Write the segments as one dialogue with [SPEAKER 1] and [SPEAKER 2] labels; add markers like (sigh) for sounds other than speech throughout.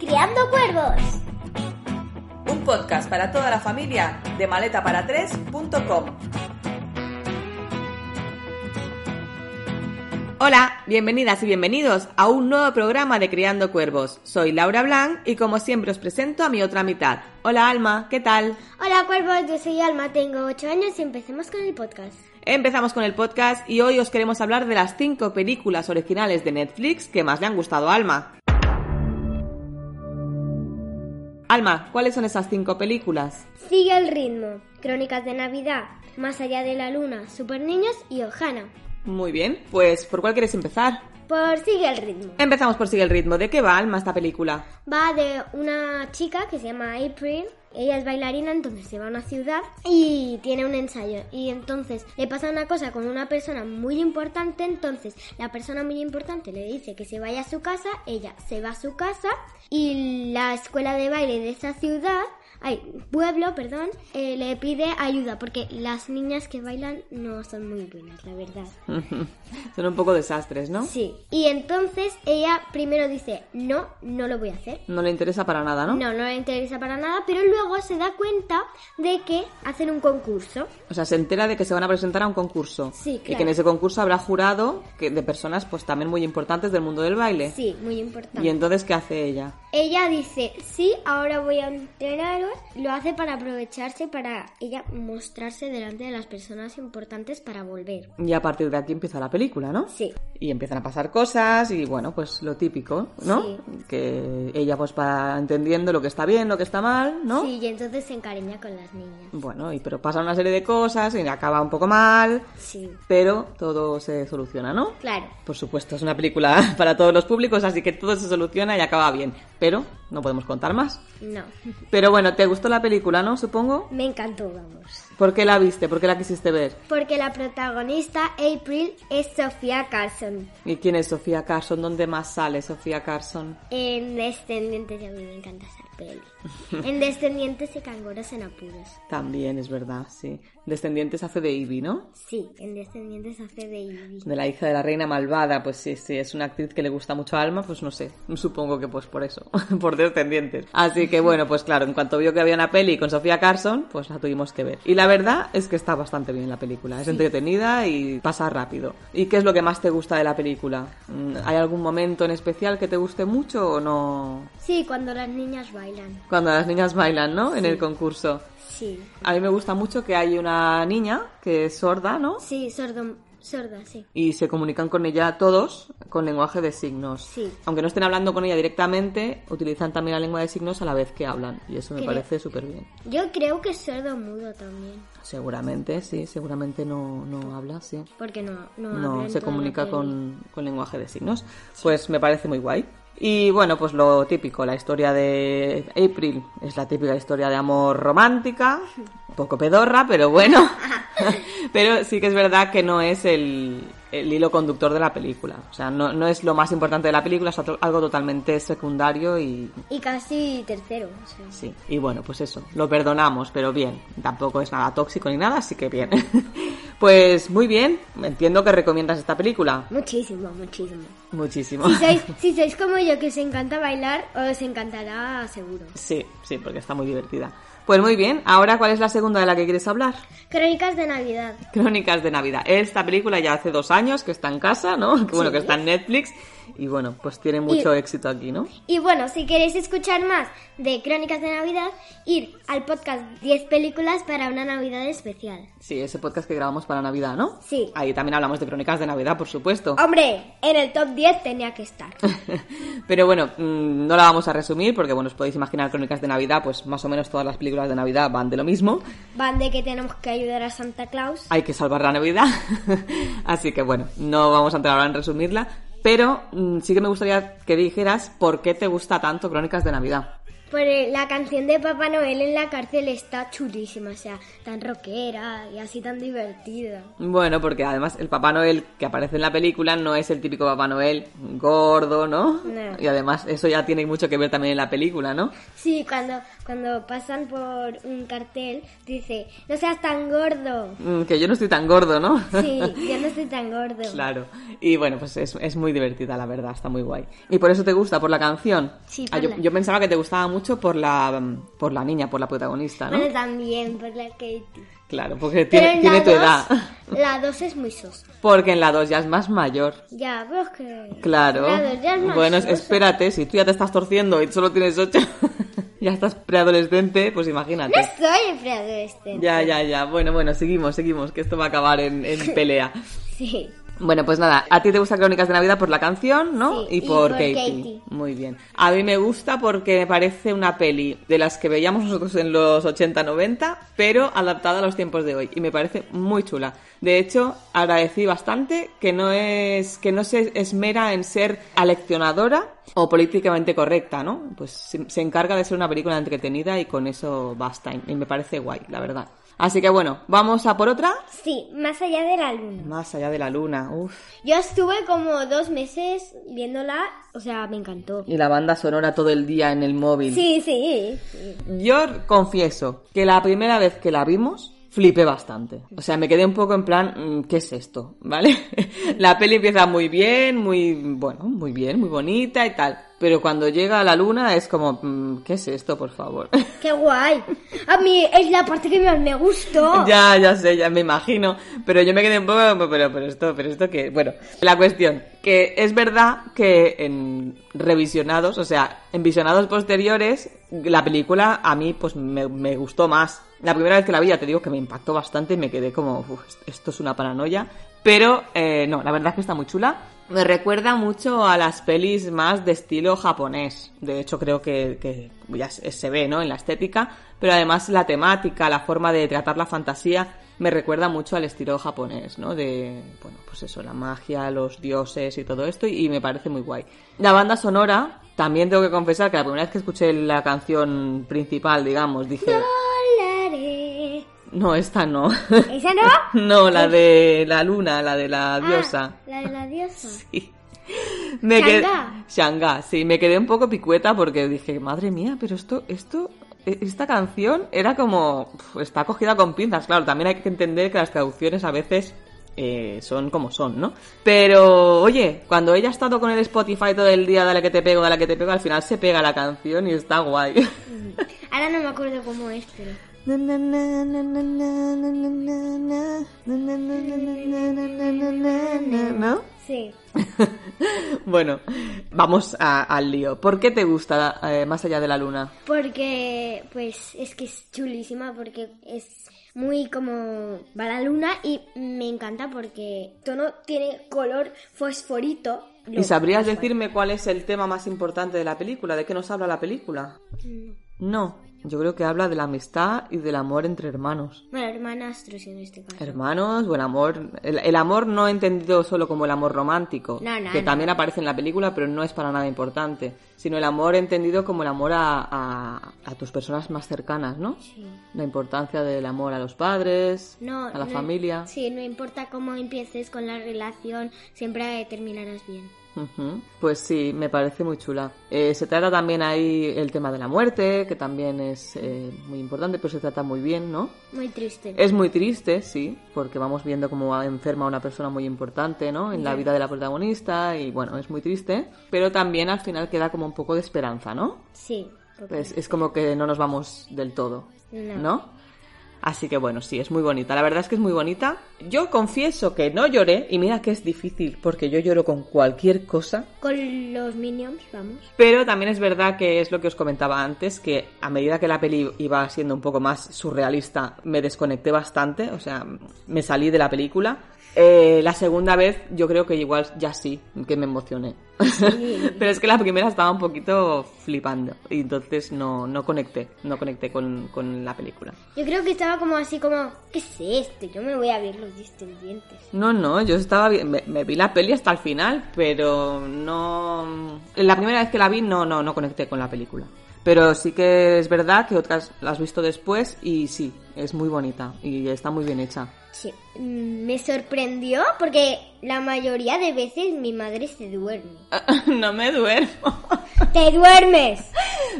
[SPEAKER 1] Criando Cuervos.
[SPEAKER 2] Un podcast para toda la familia de maletaparatres.com. Hola, bienvenidas y bienvenidos a un nuevo programa de Criando Cuervos. Soy Laura Blanc y como siempre os presento a mi otra mitad. Hola Alma, ¿qué tal?
[SPEAKER 1] Hola Cuervos, yo soy Alma, tengo 8 años y empecemos con el podcast.
[SPEAKER 2] Empezamos con el podcast y hoy os queremos hablar de las 5 películas originales de Netflix que más le han gustado a Alma. Alma, ¿cuáles son esas 5 películas?
[SPEAKER 1] Sigue el ritmo. Crónicas de Navidad, Más allá de la luna, Super Niños y Ohana.
[SPEAKER 2] Muy bien, pues ¿por cuál quieres empezar?
[SPEAKER 1] Por Sigue el ritmo.
[SPEAKER 2] Empezamos por Sigue el ritmo. ¿De qué va Alma esta película? (laughs)
[SPEAKER 1] Va de una chica que se llama April. Ella es bailarina, entonces se va a una ciudad y tiene un ensayo. Y entonces le pasa una cosa con una persona muy importante. Entonces la persona muy importante le dice que se vaya a su casa. Ella se va a su casa y la escuela de baile de esa ciudad, ay, pueblo, perdón, eh, le pide ayuda porque las niñas que bailan no son muy buenas, la verdad.
[SPEAKER 2] Son un poco desastres, ¿no?
[SPEAKER 1] Sí. Y entonces ella primero dice, no, no lo voy a hacer.
[SPEAKER 2] No le interesa para nada, ¿no?
[SPEAKER 1] No, no le interesa para nada, pero luego se da cuenta de que hacen un concurso.
[SPEAKER 2] O sea, se entera de que se van a presentar a un concurso.
[SPEAKER 1] Sí,
[SPEAKER 2] Y que en
[SPEAKER 1] claro.
[SPEAKER 2] ese concurso habrá jurado que de personas pues también muy importantes del mundo del baile.
[SPEAKER 1] Sí, muy importante.
[SPEAKER 2] Y entonces, ¿qué hace ella?
[SPEAKER 1] Ella dice, sí, ahora voy a entrenaros. Lo hace para aprovecharse, para ella mostrarse delante de las personas importantes para volver.
[SPEAKER 2] Y a partir de aquí empieza la película, ¿no?
[SPEAKER 1] Sí,
[SPEAKER 2] Y empiezan a pasar cosas y bueno, pues lo típico, ¿no?
[SPEAKER 1] Sí.
[SPEAKER 2] Que ella pues va entendiendo lo que está bien, lo que está mal, ¿no?
[SPEAKER 1] sí, y entonces se encariña con las niñas.
[SPEAKER 2] Bueno, y pero pasa una serie de cosas y acaba un poco mal,
[SPEAKER 1] Sí,
[SPEAKER 2] pero todo se soluciona, ¿no?
[SPEAKER 1] claro.
[SPEAKER 2] Por supuesto, es una película (laughs) para todos los públicos, así que todo se soluciona y acaba bien. Pero no podemos contar más.
[SPEAKER 1] No,
[SPEAKER 2] Pero bueno, ¿te gustó la película, no? Supongo.
[SPEAKER 1] me encantó, vamos.
[SPEAKER 2] ¿Por qué la viste? ¿Por qué la quisiste ver?
[SPEAKER 1] Porque la protagonista, April, es Sofía Carson.
[SPEAKER 2] ¿Y quién es Sofía Carson? ¿Dónde más sale Sofía Carson?
[SPEAKER 1] En Descendientes, y a mí me encanta esa peli. En Descendientes y Canguros en Apuros.
[SPEAKER 2] También es verdad, sí. Descendientes hace de Ivy, ¿no?
[SPEAKER 1] Sí, en Descendientes hace de Ivy.
[SPEAKER 2] De la hija de la reina malvada, pues sí, sí, es una actriz que le gusta mucho a Alma, pues no sé, supongo que pues por eso, (laughs) por descendientes. Así que bueno, pues claro, en cuanto vio que había una peli con Sofía Carson, pues la tuvimos que ver. Y la verdad es que está bastante bien la película, es entretenida y pasa rápido. ¿Y qué es lo que más te gusta de la película? Mm, ¿Hay algún momento en especial que te guste mucho o no?
[SPEAKER 1] Sí, cuando las niñas bailan.
[SPEAKER 2] Cuando las niñas bailan, ¿no? En el concurso.
[SPEAKER 1] Sí.
[SPEAKER 2] A mí me gusta mucho que hay una niña que es sorda, ¿no?
[SPEAKER 1] Sí, sordo, sorda, sí.
[SPEAKER 2] y se comunican con ella todos con lenguaje de signos.
[SPEAKER 1] Sí.
[SPEAKER 2] Aunque no estén hablando con ella directamente, utilizan también la lengua de signos a la vez que hablan. Y eso me
[SPEAKER 1] Creo-
[SPEAKER 2] parece súper bien.
[SPEAKER 1] Yo creo que es sordo mudo también.
[SPEAKER 2] Seguramente, sí, seguramente no, no habla, sí.
[SPEAKER 1] Porque no, no, habla
[SPEAKER 2] No,
[SPEAKER 1] en toda
[SPEAKER 2] se
[SPEAKER 1] la
[SPEAKER 2] comunica
[SPEAKER 1] peli.
[SPEAKER 2] con, con lenguaje de signos. Pues me parece muy guay. Y bueno, pues lo típico, la historia de April es la típica historia de amor romántica, un poco pedorra, pero bueno. (laughs) pero sí que es verdad que no es el, el hilo conductor de la película. O sea, no, no es lo más importante de la película, es otro- algo totalmente secundario y
[SPEAKER 1] Y casi tercero. o sea.
[SPEAKER 2] Sí, y bueno, pues eso, lo perdonamos, pero bien, tampoco es nada tóxico ni nada, así que bien. (laughs) pues muy bien, entiendo que recomiendas esta película.
[SPEAKER 1] Muchísimo, muchísimo.
[SPEAKER 2] Muchísimo.
[SPEAKER 1] Si sois, si sois como yo que os encanta bailar, os encantará seguro.
[SPEAKER 2] (laughs) Sí, sí, porque está muy divertida. Pues muy bien, ahora ¿cuál es la segunda de la que quieres hablar? (laughs)
[SPEAKER 1] Crónicas de Navidad.
[SPEAKER 2] Crónicas de Navidad. Esta película ya hace dos años que está en casa, ¿no? (laughs) Que bueno, que está en Netflix y bueno, pues tiene mucho éxito aquí, ¿no?
[SPEAKER 1] Y bueno, si queréis escuchar más de Crónicas de Navidad, ir al podcast 10 películas para una Navidad especial.
[SPEAKER 2] Sí, ese podcast que grabamos para Navidad, ¿no?
[SPEAKER 1] Sí. Oh.
[SPEAKER 2] Ahí también hablamos de Crónicas de Navidad, por supuesto.
[SPEAKER 1] Hombre, en el top 10 tenía que estar.
[SPEAKER 2] (laughs) Pero bueno, mm, no la vamos a resumir porque, bueno, os podéis imaginar crónicas de Navidad, pues más o menos todas las películas de Navidad van de lo mismo.
[SPEAKER 1] Van de que tenemos que ayudar a Santa Claus.
[SPEAKER 2] (laughs) Hay que salvar la Navidad. Así que bueno, no vamos a entrar ahora en resumirla. Pero mm, sí que me gustaría que dijeras por qué te gusta tanto Crónicas de Navidad.
[SPEAKER 1] Por el- Pues la canción de Papá Noel en la cárcel está chulísima, o sea, tan rockera y así tan divertida.
[SPEAKER 2] Bueno, porque además el Papá Noel que aparece en la película no es el típico Papá Noel gordo, ¿no?
[SPEAKER 1] No.
[SPEAKER 2] Y además eso ya tiene mucho que ver también en la película, ¿no?
[SPEAKER 1] Sí, cuando, cuando pasan por un cartel dice, no seas tan gordo.
[SPEAKER 2] Mm, Que yo no estoy tan gordo, ¿no?
[SPEAKER 1] Sí, yo no estoy tan gordo.
[SPEAKER 2] (laughs) Claro. Y bueno, pues es, es muy divertida, la verdad, está muy guay. ¿Y por eso te gusta? ¿Por la canción?
[SPEAKER 1] Sí,
[SPEAKER 2] Ah,
[SPEAKER 1] por
[SPEAKER 2] yo,
[SPEAKER 1] la-
[SPEAKER 2] yo pensaba que te gustaba mucho por la, mm, por la niña, por la protagonista, ¿no?
[SPEAKER 1] Bueno, también por la Katie.
[SPEAKER 2] Claro, porque
[SPEAKER 1] Pero
[SPEAKER 2] tiene,
[SPEAKER 1] en
[SPEAKER 2] tiene
[SPEAKER 1] la
[SPEAKER 2] tu
[SPEAKER 1] dos-
[SPEAKER 2] edad.
[SPEAKER 1] La 2 es muy sos.
[SPEAKER 2] Porque en la 2 ya es más mayor.
[SPEAKER 1] Ya, pero es que...
[SPEAKER 2] Claro.
[SPEAKER 1] La 2 ya es más
[SPEAKER 2] bueno,
[SPEAKER 1] sosa.
[SPEAKER 2] espérate, si tú ya te estás torciendo y solo tienes 8, (laughs) ya estás preadolescente, pues imagínate.
[SPEAKER 1] No soy este. el preadolescente.
[SPEAKER 2] Ya, ya, ya. Bueno, bueno, seguimos, seguimos, que esto va a acabar
[SPEAKER 1] (laughs)
[SPEAKER 2] en, en pelea.
[SPEAKER 1] Sí.
[SPEAKER 2] Bueno, pues nada, a ti te gusta Crónicas de Navidad por la canción, ¿no?
[SPEAKER 1] Sí,
[SPEAKER 2] y
[SPEAKER 1] y
[SPEAKER 2] por,
[SPEAKER 1] por
[SPEAKER 2] Katie.
[SPEAKER 1] Katie.
[SPEAKER 2] Muy bien. A mí me gusta porque me parece una peli de las que veíamos nosotros en los 80-90, pero adaptada a los tiempos de hoy. Y me parece muy chula. De hecho, agradecí bastante que no es que no se esmera en ser aleccionadora o políticamente correcta, ¿no? Pues se, se encarga de ser una película entretenida y con eso basta. Y me parece guay, la verdad. Así que bueno, vamos a por otra.
[SPEAKER 1] Sí, más allá de la luna.
[SPEAKER 2] Más allá de la luna, uff.
[SPEAKER 1] Yo estuve como dos meses viéndola, o sea, me encantó.
[SPEAKER 2] y la banda sonora todo el día en el móvil.
[SPEAKER 1] Sí, sí, sí.
[SPEAKER 2] Yo confieso que la primera vez que la vimos flipé bastante. O sea, me quedé un poco en plan, mm, ¿qué es esto? (laughs) ¿Vale? la peli empieza muy bien, muy, bueno, muy bien, muy bonita y tal. Pero cuando llega a la luna es como, mm, ¿qué es esto, por favor? (laughs)
[SPEAKER 1] ¡Qué guay! A mí es la parte que más me gustó.
[SPEAKER 2] (laughs) Ya, ya sé, ya me imagino. Pero yo me quedé un poco, como, pero, pero esto, pero esto que, bueno, la cuestión, que es verdad que en revisionados, o sea, en visionados posteriores, la película a mí pues me, me gustó más. La primera vez que la vi, ya te digo que me impactó bastante y me quedé como, "Uf, esto es una paranoia. Pero, eh, no, la verdad es que está muy chula. Me recuerda mucho a las pelis más de estilo japonés. De hecho, creo que, que ya se se ve, ¿no? En la estética. Pero además la temática, la forma de tratar la fantasía, me recuerda mucho al estilo japonés, ¿no? De, bueno, pues eso, la magia, los dioses y todo esto. Y, y me parece muy guay. La banda sonora, también tengo que confesar que la primera vez que escuché la canción principal, digamos, dije...
[SPEAKER 1] Volaré.
[SPEAKER 2] No, esta no. (laughs)
[SPEAKER 1] ¿Esa no? Ah,
[SPEAKER 2] no, la de la luna, la de la diosa.
[SPEAKER 1] la de la diosa.
[SPEAKER 2] Sí. (laughs) Me quedé,
[SPEAKER 1] Shanga.
[SPEAKER 2] Shanga, sí, me quedé un poco picueta porque dije, madre mía, pero esto, esto, e- esta canción era como, pf, está cogida con pinzas, claro, también hay que entender que las traducciones a veces eh, son como son, ¿no? Pero, oye, cuando ella ha estado con el Spotify todo el día, dale que te pego, dale que te pego, al final se pega la canción y está guay. (laughs)
[SPEAKER 1] Ahora no me acuerdo cómo es, pero...
[SPEAKER 2] Na, na, na, na, na, na, na, na, na, na, na, na, na, na, na, na, na, na, ¿no?
[SPEAKER 1] Sí.
[SPEAKER 2] bueno, vamos a- al lío. ¿Por qué te gusta eh, Más allá de la luna?
[SPEAKER 1] Porque, pues, es que es chulísima, porque es muy como va la luna y me encanta porque tono tiene color fosforito.
[SPEAKER 2] ¿Y sabrías decirme cuál es el tema más importante de la película? ¿De qué nos habla la película? No, yo creo que habla de la amistad y del amor entre hermanos.
[SPEAKER 1] Bueno, hermanastros en este caso.
[SPEAKER 2] Hermanos o el amor. El, el amor no entendido solo como el amor romántico,
[SPEAKER 1] No, no,
[SPEAKER 2] que
[SPEAKER 1] no.
[SPEAKER 2] también aparece en la película, pero no es para nada importante, sino el amor entendido como el amor a, a- a tus personas más cercanas, ¿no?
[SPEAKER 1] Sí.
[SPEAKER 2] La importancia del amor a los padres,
[SPEAKER 1] No,
[SPEAKER 2] a la
[SPEAKER 1] no-
[SPEAKER 2] familia.
[SPEAKER 1] Sí, no importa cómo empieces con la relación, siempre terminarás bien.
[SPEAKER 2] Ujú. Pues sí, me parece muy chula. Eh, se trata también ahí el tema de la muerte, que también es eh, muy importante, pero se trata muy bien, ¿no?
[SPEAKER 1] Muy triste.
[SPEAKER 2] Es muy triste, sí, porque vamos viendo cómo va enferma una persona muy importante, ¿no? En la vida de la protagonista, y bueno, es muy triste, pero también al final queda como un poco de esperanza, ¿no?
[SPEAKER 1] Sí. porque-
[SPEAKER 2] Pues es como que no nos vamos del todo,
[SPEAKER 1] No.
[SPEAKER 2] ¿no? Así que bueno, sí, es muy bonita. La verdad es que es muy bonita. Yo confieso que no lloré, y mira que es difícil, porque yo lloro con cualquier cosa,
[SPEAKER 1] Con los minions,
[SPEAKER 2] (laughs)
[SPEAKER 1] vamos.
[SPEAKER 2] pero también es verdad que es lo que os comentaba antes, que a medida que la peli iba siendo un poco más surrealista, me desconecté bastante, o sea, me salí de la película. Eh, la segunda vez yo creo que igual ya sí, que me emocioné. (laughs) Pero es que la primera estaba un poquito flipando y entonces no, no conecté, no conecté con, con la película.
[SPEAKER 1] Yo creo que estaba como así como, ¿qué es esto? Yo me voy a abrir los dientes.
[SPEAKER 2] No, no, yo estaba bien, me, me vi la peli hasta el final, pero no... La primera vez que la vi no, no, no conecté con la película. Pero sí que es verdad que otras las he visto después y sí, es muy bonita y está muy bien hecha.
[SPEAKER 1] Sí, mm, me sorprendió porque la mayoría de veces mi madre se duerme.
[SPEAKER 2] (laughs) (laughs) no me duermo.
[SPEAKER 1] ¡Te duermes!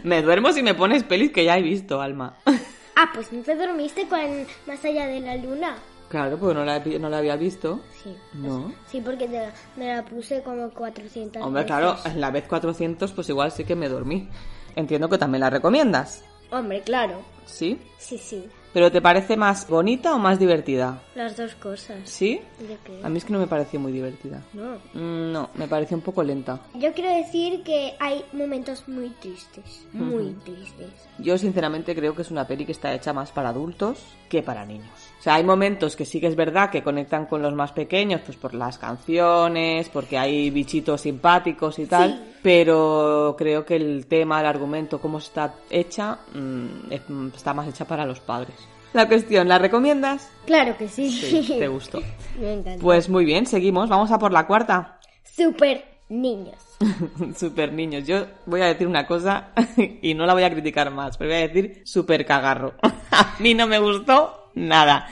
[SPEAKER 2] me duermo si me pones pelis que ya he visto, Alma. (laughs)
[SPEAKER 1] Ah, pues no te dormiste con Más allá de la luna.
[SPEAKER 2] Claro, porque no la, he- no la había visto.
[SPEAKER 1] Sí. pues
[SPEAKER 2] No.
[SPEAKER 1] Sí, porque te la- me la puse como 400
[SPEAKER 2] Hombre,
[SPEAKER 1] veces.
[SPEAKER 2] claro, en la vez 400 pues igual sí que me dormí. Entiendo que también la recomiendas,
[SPEAKER 1] Hombre, claro.
[SPEAKER 2] ¿sí?
[SPEAKER 1] Sí, sí.
[SPEAKER 2] Pero ¿te parece más bonita o más divertida?
[SPEAKER 1] Las dos cosas.
[SPEAKER 2] ¿Sí?
[SPEAKER 1] Yo creo.
[SPEAKER 2] A mí es que no me pareció muy divertida.
[SPEAKER 1] No.
[SPEAKER 2] Mm, No, me pareció un poco lenta.
[SPEAKER 1] Yo quiero decir que hay momentos muy tristes. Muy tristes.
[SPEAKER 2] Yo sinceramente creo que es una peli que está hecha más para adultos que para niños. O sea, hay momentos que sí que es verdad que conectan con los más pequeños, pues por las canciones, porque hay bichitos simpáticos y tal, pero creo que el tema, el argumento, cómo está hecha, mm, es- mm, está más hecha para los padres. La cuestión, ¿la recomiendas?
[SPEAKER 1] Claro que sí.
[SPEAKER 2] Sí, te gustó.
[SPEAKER 1] (laughs) me encanta.
[SPEAKER 2] Pues muy bien, seguimos, vamos a por la cuarta.
[SPEAKER 1] Super niños.
[SPEAKER 2] Super niños. Yo voy a decir una cosa (laughs) y no la voy a criticar más, pero voy a decir super cagarro. (laughs) a mí no me gustó nada.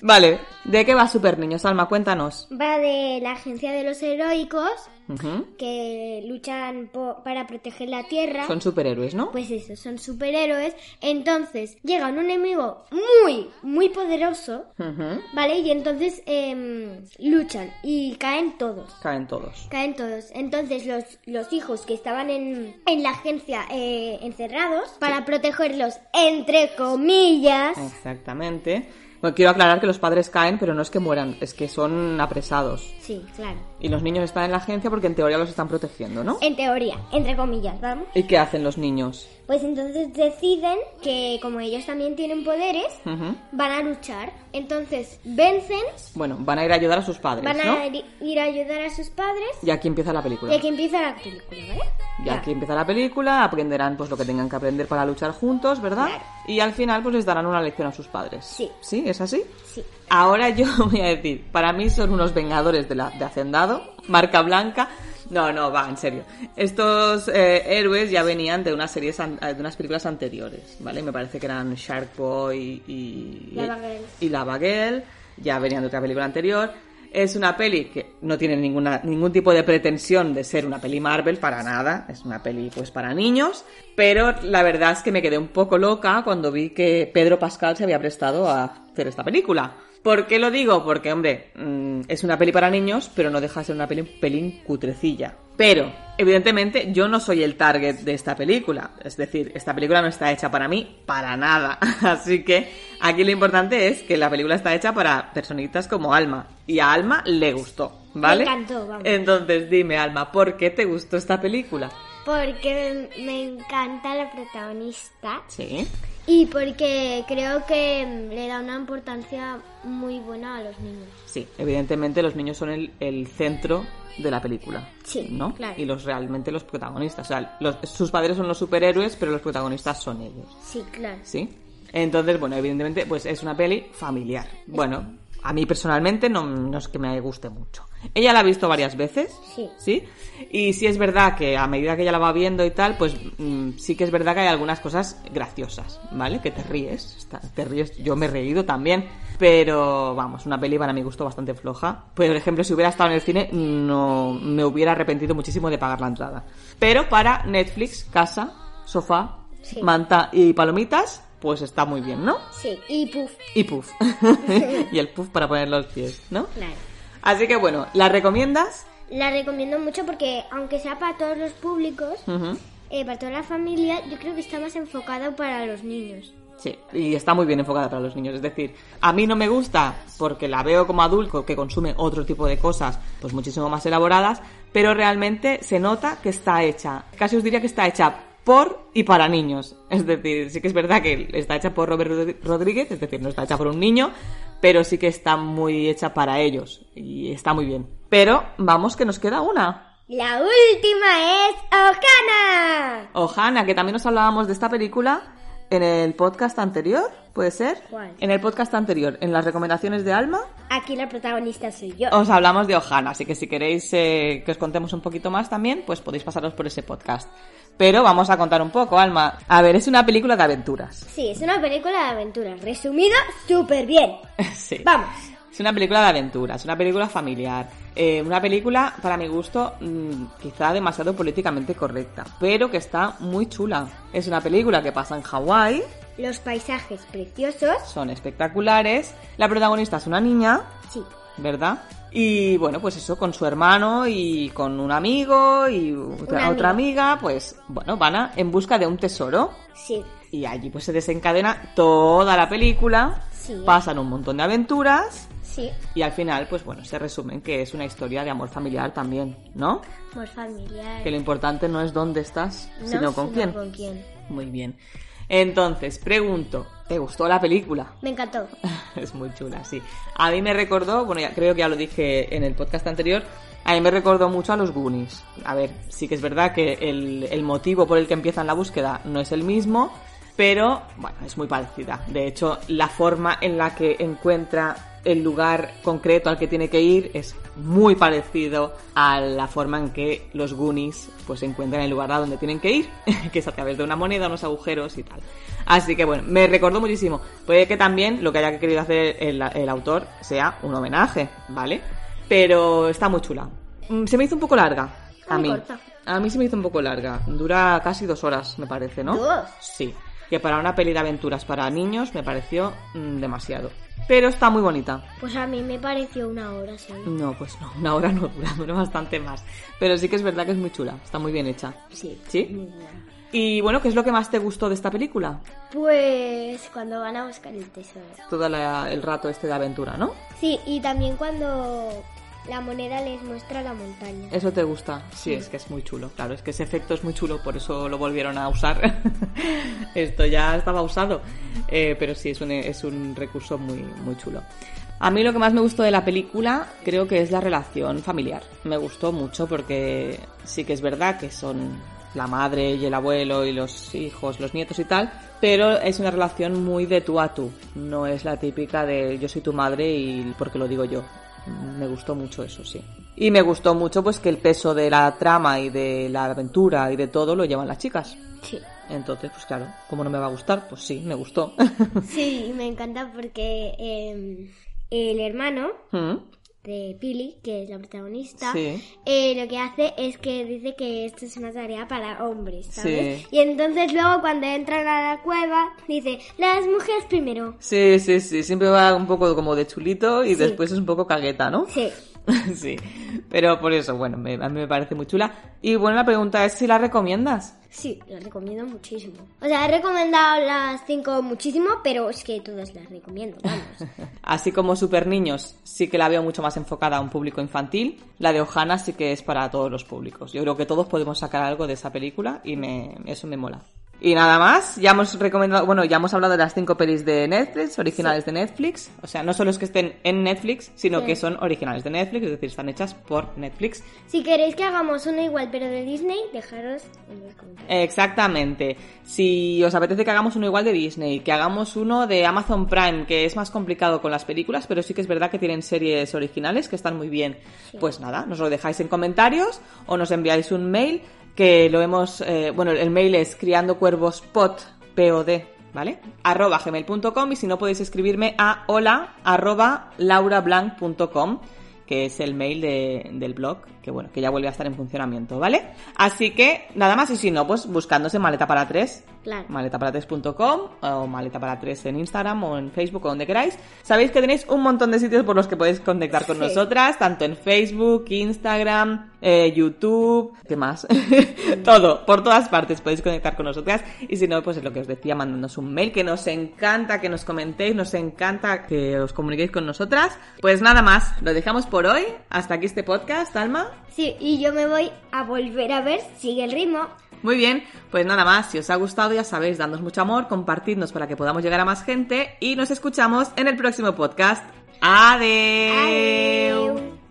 [SPEAKER 2] Vale, ¿de qué va Super Niños? Alma, cuéntanos.
[SPEAKER 1] Va de la agencia de los heroicos
[SPEAKER 2] Ujú.
[SPEAKER 1] que luchan po- para proteger la tierra.
[SPEAKER 2] Son superhéroes, ¿no?
[SPEAKER 1] Pues eso, son superhéroes. Entonces llega un enemigo muy, muy poderoso,
[SPEAKER 2] Ujú.
[SPEAKER 1] ¿vale? Y entonces em, luchan y caen todos.
[SPEAKER 2] Caen todos.
[SPEAKER 1] Caen todos. Entonces los, los hijos que estaban en, en la agencia eh, encerrados para protegerlos, entre comillas,
[SPEAKER 2] Oh. Exactamente. Bueno, quiero aclarar que los padres caen, pero no es que mueran, es que son apresados.
[SPEAKER 1] sí, claro.
[SPEAKER 2] Y los niños están en la agencia porque en teoría los están protegiendo, ¿no?
[SPEAKER 1] En teoría, entre comillas, vamos.
[SPEAKER 2] ¿Y qué hacen los niños?
[SPEAKER 1] Pues entonces deciden que como ellos también tienen poderes,
[SPEAKER 2] Ujú.
[SPEAKER 1] van a luchar. Entonces vencen,
[SPEAKER 2] Bueno, van a ir a ayudar a sus padres,
[SPEAKER 1] van
[SPEAKER 2] Pues, ¿no? Pues.
[SPEAKER 1] a ir- ir a ayudar a sus padres.
[SPEAKER 2] Y aquí empieza la película.
[SPEAKER 1] Y aquí empieza la película, ¿vale?
[SPEAKER 2] Y aquí empieza la película, aprenderán pues lo que tengan que aprender para luchar juntos, ¿verdad? Y al final pues les darán una lección a sus padres.
[SPEAKER 1] Sí.
[SPEAKER 2] ¿Sí? ¿Es así?
[SPEAKER 1] Sí.
[SPEAKER 2] Ahora yo (laughs) voy a decir, para mí son unos vengadores de, la, de Hacendado, marca blanca. No, no, va, en serio. Estos eh, héroes ya venían de unas series, an- eh, de unas películas anteriores, ¿vale? Me parece que eran Shark Boy y...
[SPEAKER 1] La Baguette.
[SPEAKER 2] y La Baguette, ya venían de otra película anterior. Es una peli que no tiene ninguna, ningún tipo de pretensión de ser una peli Marvel para nada. Es una peli pues para niños. Pero la verdad es que me quedé un poco loca cuando vi que Pedro Pascal se había prestado a hacer esta película. ¿Por qué lo digo? Porque, hombre, mm, es una peli para niños, pero no deja de ser una peli un pelín cutrecilla. Pero, evidentemente, yo no soy el target de esta película. Es decir, esta película no está hecha para mí para nada. (laughs) Así que aquí lo importante es que la película está hecha para personitas como Alma. Y a Alma le gustó, ¿vale?
[SPEAKER 1] Me encantó, vamos.
[SPEAKER 2] Entonces, dime, Alma, ¿por qué te gustó esta película?
[SPEAKER 1] Porque me- me encanta la protagonista
[SPEAKER 2] Sí.
[SPEAKER 1] y porque creo que mm, le da una importancia muy buena a los niños.
[SPEAKER 2] Sí, evidentemente los niños son el, el centro de la película,
[SPEAKER 1] Sí,
[SPEAKER 2] ¿no?
[SPEAKER 1] claro.
[SPEAKER 2] Y los realmente los protagonistas, o sea, los- sus padres son los superhéroes, pero los protagonistas son ellos,
[SPEAKER 1] Sí, claro.
[SPEAKER 2] ¿sí? Entonces, bueno, evidentemente, pues es una peli familiar. Bueno, a mí personalmente no, no es que me guste mucho. Ella la ha visto varias veces,
[SPEAKER 1] Sí.
[SPEAKER 2] ¿sí? Y sí es verdad que a medida que ella la va viendo y tal, pues mm, sí que es verdad que hay algunas cosas graciosas, ¿vale? Que te ríes, está- te ríes, yo me he reído también, pero vamos, una peli para mi gusto bastante floja. Por ejemplo, si hubiera estado en el cine, no me hubiera arrepentido muchísimo de pagar la entrada. Pero para Netflix, casa, sofá,
[SPEAKER 1] Sí.
[SPEAKER 2] manta y palomitas, pues está muy bien, ¿no?
[SPEAKER 1] Sí, y puff,
[SPEAKER 2] Y puff. (laughs) y el puff para poner los pies, ¿no?
[SPEAKER 1] claro.
[SPEAKER 2] Así que bueno, ¿la recomiendas?
[SPEAKER 1] La recomiendo mucho porque aunque sea para todos los públicos,
[SPEAKER 2] Ujú.
[SPEAKER 1] eh, para toda la familia, yo creo que está más enfocado para los niños.
[SPEAKER 2] Sí, y está muy bien enfocada para los niños. Es decir, a mí no me gusta porque la veo como adulto que consume otro tipo de cosas, pues muchísimo más elaboradas, pero realmente se nota que está hecha. Casi os diría que está hecha por y para niños. Es decir, sí que es verdad que está hecha por Robert Rodri- Rodríguez, es decir, no está hecha por un niño, pero sí que está muy hecha para ellos y está muy bien. Pero vamos que nos queda una.
[SPEAKER 1] La última es Ohana.
[SPEAKER 2] Ohana, que también nos hablábamos de esta película en el podcast anterior, ¿puede ser?
[SPEAKER 1] ¿Cuál?
[SPEAKER 2] En el podcast anterior, en las recomendaciones de Alma,
[SPEAKER 1] Aquí la protagonista soy yo.
[SPEAKER 2] os hablamos de Ohana, así que si queréis eh, que os contemos un poquito más también, pues podéis pasaros por ese podcast. Pero vamos a contar un poco, Alma. A ver, es una película de aventuras. (laughs)
[SPEAKER 1] Sí, es una película de aventuras. Resumido, súper bien.
[SPEAKER 2] sí.
[SPEAKER 1] Vamos.
[SPEAKER 2] Es una película de aventuras, una película familiar, eh, una película, para mi gusto, mm, quizá demasiado políticamente correcta, pero que está muy chula. Es una película que pasa en Hawái,
[SPEAKER 1] Los paisajes preciosos.
[SPEAKER 2] son espectaculares, la protagonista es una niña,
[SPEAKER 1] Sí.
[SPEAKER 2] ¿verdad? Y bueno, pues eso, con su hermano y con un amigo y otra,
[SPEAKER 1] Una
[SPEAKER 2] otra amiga, pues bueno, van a- en busca de un tesoro.
[SPEAKER 1] Sí.
[SPEAKER 2] Y allí pues se desencadena toda la película,
[SPEAKER 1] Sí.
[SPEAKER 2] pasan un montón de aventuras
[SPEAKER 1] Sí.
[SPEAKER 2] y al final, pues bueno, se resumen que es una historia de amor familiar también, ¿no?
[SPEAKER 1] Muy familiar.
[SPEAKER 2] Que lo importante no es dónde estás,
[SPEAKER 1] No,
[SPEAKER 2] sino con quién.
[SPEAKER 1] con quién.
[SPEAKER 2] Muy bien. Entonces, pregunto, ¿te gustó la película?
[SPEAKER 1] Me encantó.
[SPEAKER 2] (laughs) Es muy chula, sí. A mí me recordó, bueno, ya, creo que ya lo dije en el podcast anterior, a mí me recordó mucho a los Goonies. A ver, sí que es verdad que el, el motivo por el que empiezan la búsqueda no es el mismo, pero bueno, es muy parecida. De hecho, la forma en la que encuentra el lugar concreto al que tiene que ir es muy parecido a la forma en que los Goonies pues encuentran el lugar a donde tienen que ir, (laughs) que es a través de una moneda, unos agujeros y tal. Así que bueno, me recordó muchísimo. Puede que también lo que haya querido hacer el, el autor sea un homenaje, ¿vale? Pero está muy chula. Mm, Se me hizo un poco larga. A
[SPEAKER 1] Muy
[SPEAKER 2] mí.
[SPEAKER 1] corta.
[SPEAKER 2] A mí se me hizo un poco larga. Dura casi dos horas, me parece, ¿no?
[SPEAKER 1] Dos.
[SPEAKER 2] Sí. Que para una peli de aventuras para niños me pareció mm, demasiado. Pero está muy bonita.
[SPEAKER 1] Pues a mí me pareció una hora, sí.
[SPEAKER 2] No, pues no, una hora no dura, (laughs) dura bastante más. Pero sí que es verdad que es muy chula, está muy bien hecha.
[SPEAKER 1] Sí.
[SPEAKER 2] ¿Sí?
[SPEAKER 1] muy buena.
[SPEAKER 2] Y bueno, ¿qué es lo que más te gustó de esta película?
[SPEAKER 1] Pues cuando van a buscar el tesoro.
[SPEAKER 2] Todo la- el rato este de aventura, ¿no?
[SPEAKER 1] Sí, y también cuando la moneda les muestra la montaña.
[SPEAKER 2] Eso te gusta. Sí, es que es muy chulo. Claro, es que ese efecto es muy chulo, por eso lo volvieron a usar. (laughs) Esto ya estaba usado. Eh, pero sí, es un, es un recurso muy, muy chulo. A mí lo que más me gustó de la película creo que es la relación familiar. Me gustó mucho porque sí que es verdad que son la madre y el abuelo y los hijos, los nietos y tal, pero es una relación muy de tú a tú. No es la típica de yo soy tu madre y porque lo digo yo. Me gustó mucho eso, sí. Y me gustó mucho pues que el peso de la trama y de la aventura y de todo lo llevan las chicas.
[SPEAKER 1] Sí.
[SPEAKER 2] Entonces, pues claro, como no me va a gustar, pues sí, me gustó. (laughs)
[SPEAKER 1] Sí, me encanta porque eh, el hermano
[SPEAKER 2] Mm,
[SPEAKER 1] de Pili, que es la protagonista,
[SPEAKER 2] Sí.
[SPEAKER 1] eh, lo que hace es que dice que esto es una tarea para hombres, ¿sabes?
[SPEAKER 2] Sí.
[SPEAKER 1] Y entonces luego cuando entran a la cueva, dice, las mujeres primero.
[SPEAKER 2] Sí, sí, sí, siempre va un poco como de chulito y
[SPEAKER 1] Sí.
[SPEAKER 2] después es un poco cagueta, (laughs) ¿no?
[SPEAKER 1] Sí.
[SPEAKER 2] sí, pero por eso, bueno, me- a mí me parece muy chula. Y bueno, la pregunta es si la recomiendas.
[SPEAKER 1] Sí, las recomiendo muchísimo. O sea, he recomendado las cinco muchísimo, pero es que todas las recomiendo, vamos.
[SPEAKER 2] Así como Super Niños, sí que la veo mucho más enfocada a un público infantil. La de Ohana sí que es para todos los públicos. Yo creo que todos podemos sacar algo de esa película y me, eso me mola. Y nada más, ya hemos recomendado, bueno, ya hemos hablado de las cinco pelis de Netflix, originales de Netflix. O sea, no solo es que estén en Netflix, sino
[SPEAKER 1] Sí.
[SPEAKER 2] que son originales de Netflix, es decir, están hechas por Netflix.
[SPEAKER 1] si queréis que hagamos una igual, pero de Disney, dejaros en los comentarios.
[SPEAKER 2] Exactamente. Si os apetece que hagamos uno igual de Disney, que hagamos uno de Amazon Prime, que es más complicado con las películas, pero sí que es verdad que tienen series originales que están muy bien. Pues nada, nos lo dejáis en comentarios o nos enviáis un mail que lo hemos, eh, bueno, el mail es criandocuervospod, POD, ¿vale? arroba gmail.com y si no podéis escribirme a hola arroba laurablanc.com que es el mail de- del blog, que bueno, que ya vuelve a estar en funcionamiento, ¿vale? Así que, nada más, y si no, pues buscándose maleta para tres,
[SPEAKER 1] Claro.
[SPEAKER 2] maletapara3.com eh, o maleta para tres en Instagram o en Facebook o donde queráis. Sabéis que tenéis un montón de sitios por los que podéis contactar con
[SPEAKER 1] Sí.
[SPEAKER 2] nosotras, tanto en Facebook, Instagram, eh, YouTube, ¿qué más? (laughs) Todo, por todas partes podéis conectar con nosotras y si no, pues es lo que os decía, mandándonos un mail que nos encanta que nos comentéis, nos encanta que os comuniquéis con nosotras. Pues nada más, lo dejamos por hoy. Hasta aquí este podcast, Alma.
[SPEAKER 1] Sí, y yo me voy a volver a ver, sigue el ritmo.
[SPEAKER 2] Muy bien, pues nada más, si os ha gustado ya sabéis, dadnos mucho amor, compartidnos para que podamos llegar a más gente y nos escuchamos en el próximo podcast. Adeu.
[SPEAKER 1] Adeu.